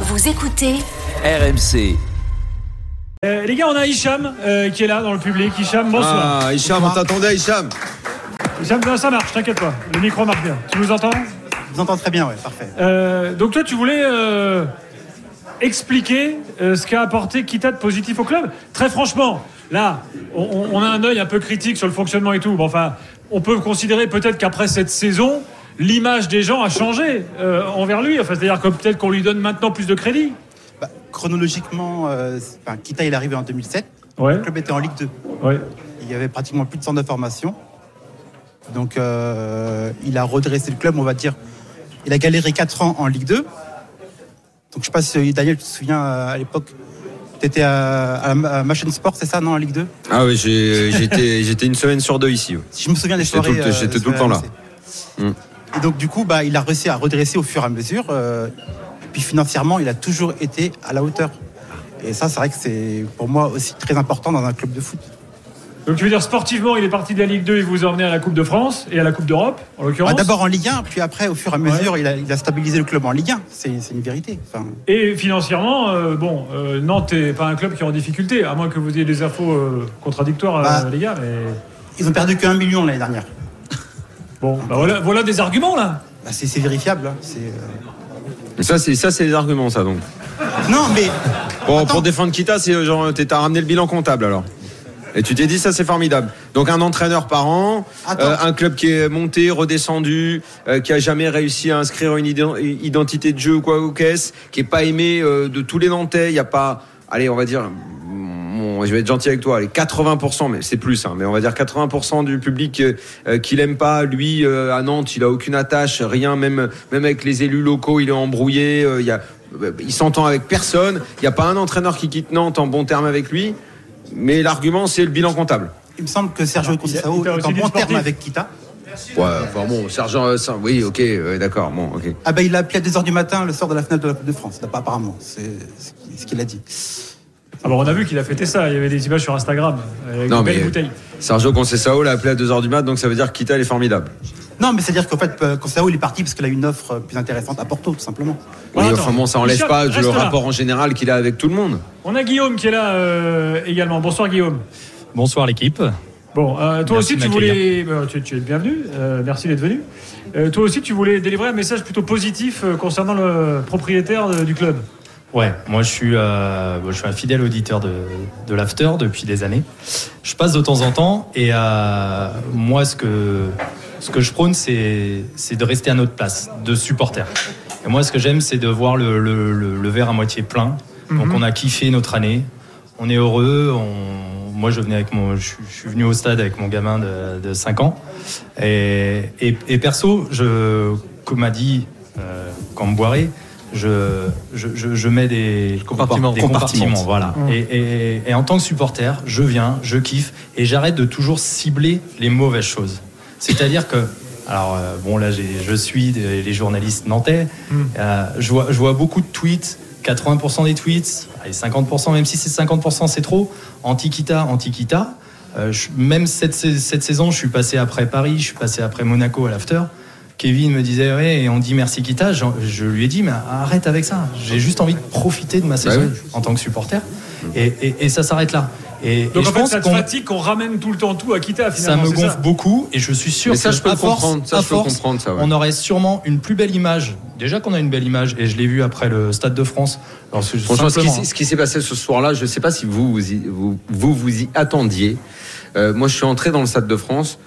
Vous écoutez RMC. Euh, les gars, on a Hicham euh, qui est là dans le public. Hicham, bonsoir. Ah, Hicham, on t'attendait, Hicham. Hicham, non, ça marche, t'inquiète pas. Le micro marche bien. Tu nous entends Je vous entends très bien, ouais, parfait. Euh, Donc toi, tu voulais euh, expliquer euh, ce qu'a apporté Kita de positif au club. Très franchement, là, on, on a un œil un peu critique sur le fonctionnement et tout. Bon, enfin, on peut considérer peut-être qu'après cette saison, l'image des gens a changé euh, envers lui. Enfin, c'est-à-dire que peut-être qu'on lui donne maintenant plus de crédit. Bah, chronologiquement, euh, c'est- enfin, Kita il est arrivé en 2007. Ouais. Le club était en Ligue 2. Ouais. Il y avait pratiquement plus de centre de formation. Donc euh, il a redressé le club, on va dire. Il a galéré 4 ans en Ligue 2. Donc je sais pas si Daniel, tu te souviens euh, à l'époque, tu étais à, à, à Machine Sport, c'est ça, non, en Ligue 2 Ah oui, j'ai- j'étais j'étais une semaine sur deux ici. ouais. Si je me souviens des J'étais soirées. tout le temps- euh, j'étais des tout le soirées temps là. RMC. Et donc, du coup, bah, il a réussi à redresser au fur et à mesure. euh, puis financièrement, il a toujours été à la hauteur. Et ça, c'est vrai que c'est pour moi aussi très important dans un club de foot. Bah, Donc tu veux dire sportivement, il est parti de la Ligue 2 et vous a emmené à la Coupe de France et à la Coupe d'Europe, en l'occurrence. Bah, D'abord en Ligue 1, puis après, au fur et à mesure, il, a, il a stabilisé le club en Ligue 1. C'est c'est une vérité. Enfin, Et financièrement, euh, bon, euh, Nantes n'est pas un club qui est en difficulté, à moins que vous ayez des infos euh, contradictoires, euh, Bah. les gars. Mais ils ont perdu que 1 million l'année dernière. bon, bah voilà, voilà des arguments là. Bah, c'est c'est vérifiable. hein. C'est, euh, Mais Ça, c'est ça, c'est les arguments, ça donc. Non, mais Pour, Attends. pour défendre Kita, c'est genre t'es- t'as ramené le bilan comptable alors. Et tu t'es dit ça c'est formidable. Donc un entraîneur par an, Attends. euh, un club qui est monté, redescendu, euh, qui a jamais réussi à inscrire une ident- une identité de jeu ou quoi ou qu'est-ce, qui est pas aimé euh, de tous les Nantais. Il y a pas, allez on va dire, bon, je vais être gentil avec toi, allez 80%, mais c'est plus, hein, mais on va dire 80% du public euh, euh, qui l'aime pas. Lui euh, à Nantes, il a aucune attache, rien, même même avec les élus locaux, il est embrouillé. euh, il y a il s'entend avec personne, il n'y a pas un entraîneur qui quitte Nantes en bon terme avec lui, mais l'argument c'est le bilan comptable. il me semble que Sergio il a- Conceição il a est aussi en dit bon sportif. terme avec Kita. Ouais, enfin bon, sergent, euh, ça- oui, ok, ouais, d'accord, bon, ok. Ah ben il l'a appelé à 2h du matin le soir de la finale de la Coupe de France, Là, pas apparemment, c'est c'est ce qu'il a dit. Alors Ah, bah, on a vu qu'il a fêté ça, il y avait des images sur Instagram, euh, avec Non, une belle euh, mais- bouteille. Sergio Conceição l'a appelé à 2h du mat, donc ça veut dire que Kita, elle est formidable. Non mais c'est-à-dire qu'en fait euh, Conceição il est parti parce qu'il a une offre euh, plus intéressante à Porto tout simplement. Oui, Attends, enfin bon, ça enlève Michel, pas reste le là. rapport en général qu'il a avec tout le monde. On a Guillaume qui est là euh, également. Bonsoir Guillaume. Bonsoir l'équipe. Bon, euh, toi Merci aussi tu de voulais, bah, tu, tu es le bienvenu, euh, merci d'être venu. Euh, toi aussi tu voulais délivrer un message plutôt positif euh, concernant le propriétaire euh, du club. Ouais, moi je suis, euh, bon, je suis un fidèle auditeur de, de l'After depuis des années. Je passe de temps en temps et euh, moi ce que, ce que je prône c'est c'est de rester à notre place, de supporter. Et moi ce que j'aime c'est de voir le, le- le- le verre à moitié plein. Donc on a kiffé notre année, on est heureux. on- Moi je, venais avec mon, je, suis- je suis venu au stade avec mon gamin de, de 5 ans. Et, et- et perso, je, comme a dit euh, Camboiré, je, je, je, je mets des compartiments. Des compartiments voilà. et, et- et en tant que supporter, je viens, je kiffe et j'arrête de toujours cibler les mauvaises choses. C'est-à-dire que, alors euh, bon là, j'ai- je suis des- les journalistes nantais, Hmm. euh, je, vois, je vois beaucoup de tweets. 80% des tweets, allez 50%, même si c'est 50%, c'est trop. Antiquita, Antiquita. Euh, je- même cette, sais- cette saison, je suis passé après Paris, je suis passé après Monaco à l'after. Kevin me disait, ouais, et on dit merci Kita. Je, je lui ai dit, mais arrête avec ça. J'ai juste envie de profiter Bah de ma saison oui. en tant que supporter. Et, et- et ça s'arrête là. Et, et Donc je en fait pense ça te qu'on- fatigue qu'on ramène tout le temps tout à Kita ça finalement. me c'est gonfle beaucoup et je suis sûr Mais ça, que je peux à le force, comprendre. Ça, à je peux le force, comprendre, ça, ouais. on aurait sûrement une plus belle image. Déjà qu'on a une belle image et je l'ai vu après le Stade de France. Alors, c'est Franchement, ce qui, simplement- s'est- ce qui s'est passé ce soir-là, je ne sais pas si vous vous y, vous, vous, vous y attendiez. Euh, moi, je suis entré dans le Stade de France.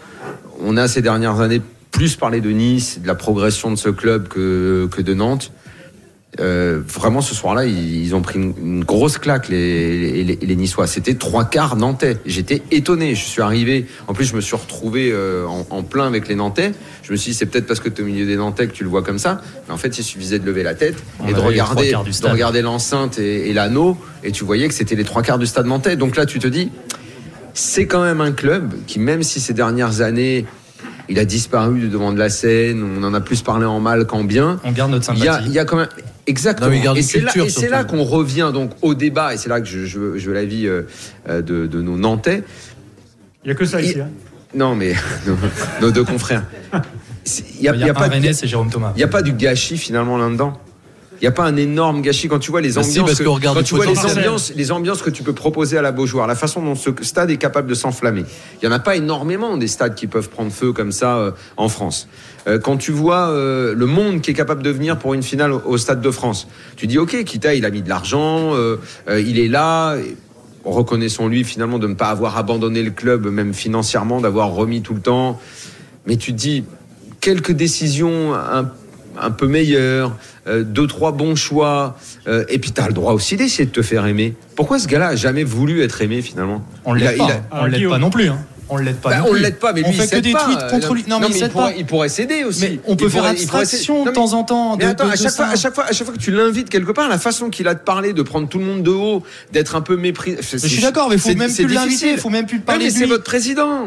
On a ces dernières années plus parlé de Nice, de la progression de ce club que, que de Nantes. Euh, vraiment, ce soir-là, ils, ils ont pris une, une grosse claque, les, les, les Niçois. C'était trois quarts nantais. J'étais étonné. Je suis arrivé. En plus, je me suis retrouvé euh, en, en plein avec les Nantais. Je me suis dit, c'est peut-être parce que tu es au milieu des Nantais que tu le vois comme ça. Mais en fait, il suffisait de lever la tête On et de avait les trois regarder, quarts du de stade. regarder l'enceinte et, et l'anneau. Et tu voyais que c'était les trois quarts du stade nantais. Donc là, tu te dis, c'est quand même un club qui, même si ces dernières années, il a disparu du devant de la scène, on en a plus parlé en mal qu'en bien. on garde notre Il y a, sympathie. il y a quand même. Exactement. Non, mais il garde et une c'est là, culture, et c'est là surtout. qu'on revient donc au débat, et c'est là que je, je, je veux l'avis euh, euh, de, de nos Nantais. Il n'y a que ça ici. Et- hein. Non, mais nos, nos deux confrères. C'est- Il n'y a, Il il y a un pas de- Rennais, c'est Jérôme Thomas. il y a pas du gâchis finalement là-dedans. n'y a pas un énorme gâchis quand tu vois les Bah ambiances. si, parce que- qu'on regarde quand du tu vois les potentiel. ambiances, les ambiances que tu peux proposer à la Beaujoire, la façon dont ce stade est capable de s'enflammer. Il n'y en a pas énormément des stades qui peuvent prendre feu comme ça euh, en France. Euh, quand tu vois euh, le monde qui est capable de venir pour une finale au, au Stade de France, tu dis ok, Kita, il a mis de l'argent, euh, euh, il est là. et- Reconnaissons-lui finalement de ne pas avoir abandonné le club, même financièrement, d'avoir remis tout le temps. Mais tu te dis, quelques décisions un, un peu meilleures, euh, deux, trois bons choix, euh, et puis tu as le droit aussi d'essayer de te faire aimer. Pourquoi ce gars-là a jamais voulu être aimé finalement On Il a- l'aide il pas. a- On l'aide Ah, Guillaume. pas non plus. hein. On l'aide pas. Bah, non on plus. l'aide pas, mais lui, on il fait que s'aide des pas, tweets euh, contre lui. Non, mais, il il s'aide pourrait, pas. il pourrait céder aussi. Mais on Il peut faire pourrait- il pourrait céder. abstraction Non, de mais- temps en temps. mais de- attends, de- à de chaque, fois, ça. à, chaque fois, à chaque fois que tu l'invites quelque part, la façon qu'il a de parler, de prendre tout le monde de haut, d'être un peu mépris. Mais je suis d'accord, mais faut même plus l'inviter, faut même plus mais parler de c'est lui. votre président.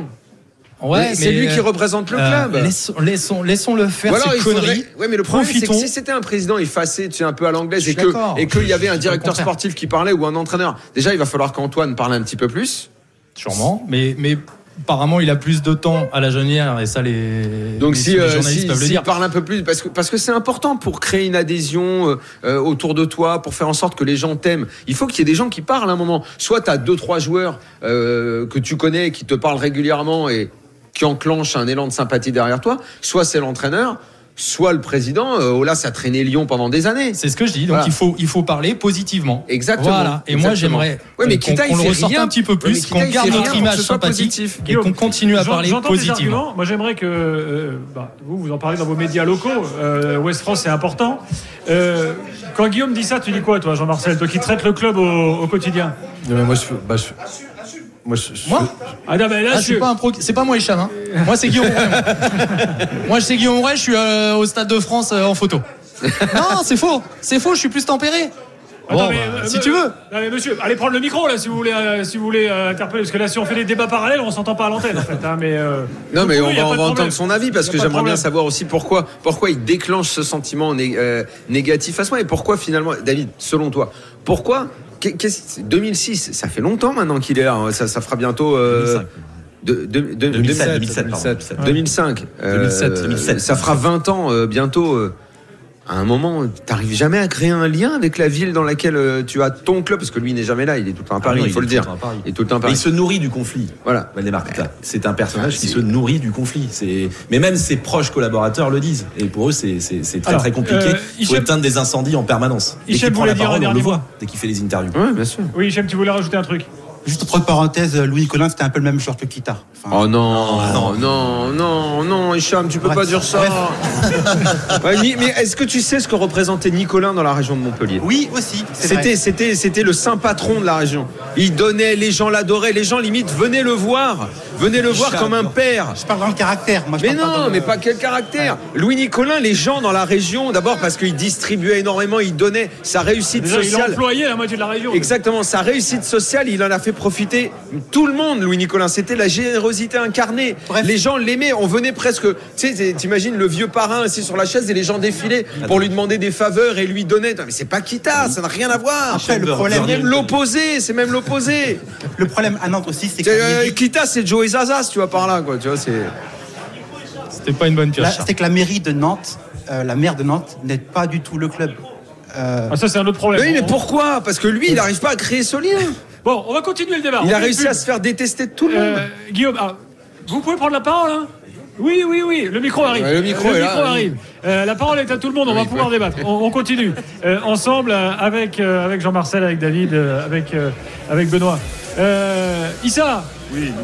Ouais, c'est mais, lui qui euh, représente le euh, club. laissons- Laissons laissons-le faire Ou alors, ses il faudrait- conneries. Ouais, mais le problème, c'est que Profitons. si c'était un président effacé, tu sais, un peu à l'anglaise, Je et suis que, d'accord. et qu'il y avait Je un suis au directeur contraire. sportif qui parlait ou un entraîneur, déjà, il va falloir qu'Antoine parle un petit peu plus. Sûrement, mais, mais apparemment il a plus de temps à la Jonnière et ça les, Donc les- si, les euh, journalistes si- peuvent le s'il dire. parle un peu plus, parce que parce que c'est important pour créer une adhésion euh, euh, autour de toi, pour faire en sorte que les gens t'aiment. Il faut qu'il y ait des gens qui parlent à un moment. Soit t'as deux trois joueurs euh, que tu connais qui te parlent régulièrement et qui enclenchent un élan de sympathie derrière toi. Soit c'est l'entraîneur, soit le président. Euh, oh là, ça traînait Lyon pendant des années. C'est ce que je dis, donc Voilà. il, faut, il faut parler positivement. Exactement. Voilà. Et moi Exactement. j'aimerais euh, Ouais, mais qu'on- Kita, il qu'on le fait ressorte rien. un petit peu Ouais, mais plus, Kita, qu'on il fait garde rien notre pour que image ce soit sympathique positif. et qu'on continue à J'en- parler j'entends tes positivement. arguments. Moi, j'aimerais que euh, bah, vous, vous en parlez dans vos médias locaux. Euh, West France, c'est important. Euh, quand Guillaume dit ça, tu dis quoi, toi, Jean-Marcel Toi qui traites le club au, au quotidien Non, mais moi, je, bah, je- moi, je- je- Moi Ah non, mais là, Ah, je je suis pas un pro- C'est pas moi Hicham. Hein. Moi c'est Guillaume Rouet. moi. Moi c'est Guillaume Rouet, je suis euh, au Stade de France euh, en photo. Non, c'est faux. C'est faux, je suis plus tempéré. Attends, Bon, mais, bah, euh, si me- tu veux. Non, mais monsieur, allez prendre le micro, là, si vous voulez, euh, si vous voulez euh, interpeller. Parce que là, si on fait des débats parallèles, on s'entend pas à l'antenne, en fait. hein, mais, euh, Non, mais donc, on oui, y a pas va, de on va problème. entendre son avis parce Y a que pas de j'aimerais bien problème. savoir aussi pourquoi, pourquoi il déclenche ce sentiment né- euh, négatif à ce moment et pourquoi finalement, David, selon toi, pourquoi qu'est- qu'est-ce- 2006, ça fait longtemps maintenant qu'il est là, hein, ça, ça fera bientôt. euh, de- de- de- 2007, 2007, 2007, 2007. pardon. 2005, euh, 2007, 2007. ça fera 20 ans euh, bientôt. euh, à un moment, t'arrives jamais à créer un lien avec la ville dans laquelle euh, tu as ton club, parce que lui il n'est jamais là, il est tout le temps à Paris, Ah non, il faut il le est tout le dire. temps à Paris. Il est tout le temps à Mais Paris. il se nourrit du conflit. Voilà. Valdemar Kita. C'est un personnage Ah, qui c'est- se nourrit du conflit. C'est- Mais même ses proches collaborateurs le disent. Et pour eux, c'est c'est- c'est très Alors, très compliqué. euh, Il faut Hichem- éteindre des incendies en permanence. Dès Hichem qu'il prend voulait la dire un parole, on le dernier mot. voit. Dès qu'il fait les interviews. Ouais, bien sûr. Oui, Hichem, tu voulais rajouter un truc Juste entre parenthèses, euh, Louis Collin, c'était un peu le même joueur que Kita. Enfin, Oh non, non, Non, non, non, Hicham, tu peux Ah, Bref. pas dire ça. Ouais, ni- mais est-ce que tu sais ce que représentait Nicolin dans la région de Montpellier Oui, aussi. c'est C'était, vrai. c'était, c'était le saint patron de la région. Il donnait, les gens l'adoraient, les gens limite venaient le voir, venaient le voir comme un père. Je parle euh, dans le caractère. Moi, je Mais parle pas non, dans mais le- pas quel caractère Louis Nicolin, les gens dans la région, d'abord parce qu'il distribuait énormément, il donnait sa réussite Déjà, il a sociale. employé la moitié de la région. Exactement, sa réussite sociale, il en a fait profiter tout le monde, Louis Nicolin. C'était la générosité incarnée. Bref. Les gens l'aimaient, on venait presque. Tu sais, t'imagines le vieux parrain assis sur la chaise et les gens défilaient pour lui demander des faveurs et lui donner. Non, mais c'est pas Kita, ça n'a rien à voir. Après, le problème, C'est même l'opposé, c'est même l'opposé. le problème à Nantes aussi, c'est que, C'est, la euh, mairie- Kita, c'est Joey Zazas, tu vois, par là, quoi. Tu vois, c'est. C'était pas une bonne la- pioche. ça. c'est que la mairie de Nantes, euh, la maire de Nantes, n'aide pas du tout le club. Euh, Ah, ça, c'est un autre problème. Mais oui, mais On- pourquoi Parce que lui, il n'arrive pas à créer ce lien. Bon, on va continuer le débat. Ah, On Il fait a une réussi pub. à se faire détester de tout le monde. Euh, Guillaume, ah, vous pouvez prendre la parole hein Oui, oui, oui, le micro arrive. Ouais, le micro est là, oui. arrive. Euh, la parole est à tout le monde, on va pouvoir débattre. On, on continue. Euh, ensemble, euh, avec, euh, avec Jean-Marcel, avec David, euh, avec, euh, avec Benoît. Euh, Issa,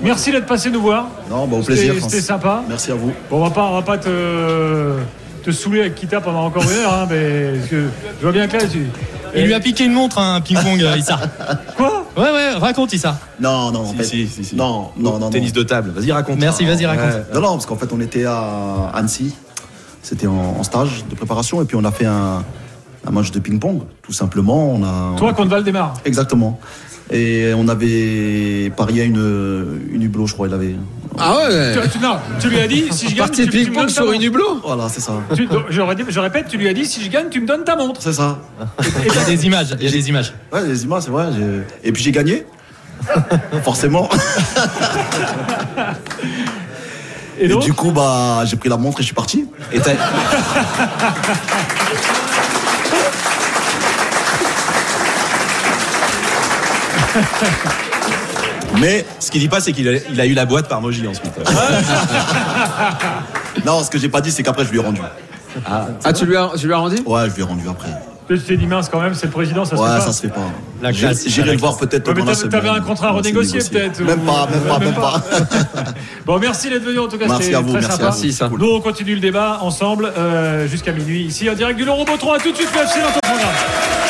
merci d'être passé nous voir. Non, bah, au C'était- plaisir. C'était sympa. Merci à vous. Bon, on va pas, on va pas te, te saouler avec Kita pendant encore une heure, hein, mais parce que je vois bien que là, tu. Il lui a piqué une montre, un ping-pong, euh, Issa. Quoi Ouais, ouais, raconte Issa. Non, non, en fait. Si, si, si, si. Non, non, non. Tennis non. Euh, de table. Vas-y, raconte. Merci, vas-y, raconte. Ouais. Non, non, parce qu'en fait, on était à Annecy. C'était en, en stage de préparation et puis on a fait un, un match de ping-pong, tout simplement. On a, Toi contre Valdemar. Exactement. Et on avait parié à une, une hublot, je crois, il avait. Ah ouais Tu, tu- non, tu lui as dit si je gagne. Parti tu- tu me ping-pong donnes ta sur montre. une hublot Voilà, c'est ça. Tu- donc, je, redis- je répète, tu lui as dit si je gagne, tu me donnes ta montre. C'est ça. Il y a des images, il y a des images. Ouais, les images, c'est vrai. j'ai- Et puis j'ai gagné. Forcément. Et Et donc, du coup, bah, j'ai pris la montre et je suis parti. Et t'as- Mais ce qu'il dit pas, c'est qu'il a, il a eu la boîte par Moji ensuite. Non, ce que j'ai pas dit, c'est qu'après, je lui ai rendu. Ah, tu lui as, tu lui as rendu Ouais, je lui ai rendu après. Tu t'es dit mince quand même, c'est le président, ça se fait Ouais, pas. ça se fait pas. La J'ai- classe, J'irai la le voir peut-être Ouais, mais pendant la t'avais- semaine. t'avais un contrat à Comment c'est renégocier, négocié. peut-être, Même ou- pas, même pas, Même même pas. Bon, merci d'être venu en tout cas. Merci c'était à vous, très merci sympa. à vous, c'est cool. Nous, on continue le débat ensemble euh, jusqu'à minuit ici en direct du Laurent Bautron. À tout de suite, le FC dans ton programme.